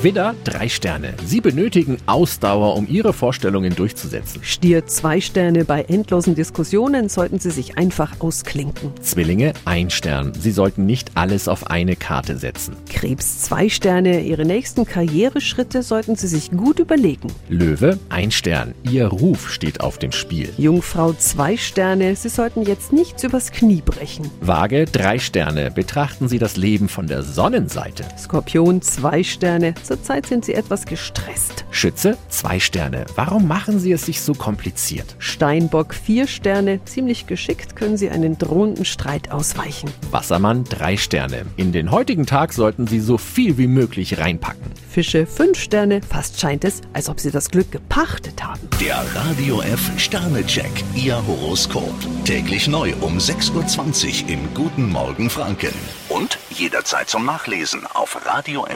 Widder, drei Sterne. Sie benötigen Ausdauer, um Ihre Vorstellungen durchzusetzen. Stier zwei Sterne, bei endlosen Diskussionen sollten Sie sich einfach ausklinken. Zwillinge, ein Stern. Sie sollten nicht alles auf eine Karte setzen. Krebs zwei Sterne, Ihre nächsten Karriereschritte sollten Sie sich gut überlegen. Löwe, ein Stern. Ihr Ruf steht auf dem Spiel. Jungfrau zwei Sterne, Sie sollten jetzt nichts übers Knie brechen. Waage, drei Sterne. Betrachten Sie das Leben von der Sonnenseite. Skorpion zwei Sterne, zurzeit sind Sie etwas gestresst. Schütze, zwei Sterne. Warum machen Sie es sich so kompliziert? Steinbock vier Sterne, ziemlich geschickt können Sie einen drohenden Streit ausweichen. Wassermann, drei Sterne. In den heutigen Tag sollten Sie so viel wie möglich reinpacken. Fische fünf Sterne, fast scheint es, als ob Sie das Glück gepachtet haben. Der Radio F Sternecheck, Ihr Horoskop. Täglich neu um 6.20 Uhr im Guten Morgen Franken. Und jederzeit zum Nachlesen auf radiof.de.